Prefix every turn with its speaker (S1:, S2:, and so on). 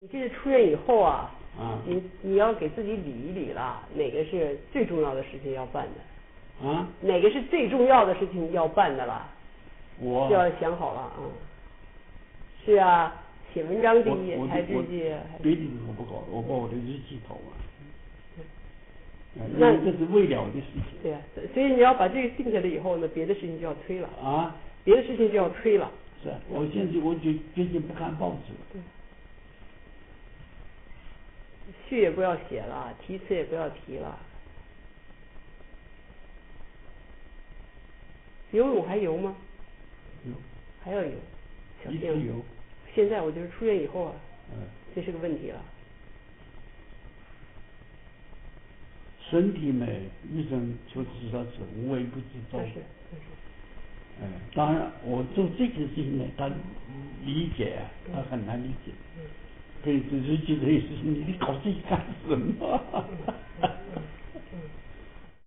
S1: 这次出院以后啊，
S2: 啊
S1: 你你要给自己理一理了，哪个是最重要的事情要办的，
S2: 啊，
S1: 哪个是最重要的事情要办的了，
S2: 我
S1: 就要想好了啊、嗯。是啊，写文章第
S2: 我
S1: 一
S2: 我
S1: 还
S2: 对我
S1: 日记，还
S2: 对你我不搞，我把我的日记搞完。呃
S1: 那
S2: 因为这是未了的事情
S1: 对啊，所所以你要把这个定下来以后呢，别的事情就要推了，
S2: 啊，
S1: 别的事情就要推了。
S2: 是啊我现在我就最近不看报纸了。
S1: 对，序也不要写了，题词也不要提了。游泳还游吗？
S2: 有
S1: 还要游，小
S2: 一
S1: 心啊
S2: 直有，
S1: 现在我就是出院以后啊，
S2: 嗯，
S1: 这是个问题了。
S2: 身体嘛，医生就知道是无微不至照
S1: 但是，
S2: 顾。
S1: 但是，
S2: 嗯，当然，我做这件事情呢，他理解啊，他很难理解。
S1: 嗯，
S2: 对，这日记这事情，你搞这干什么？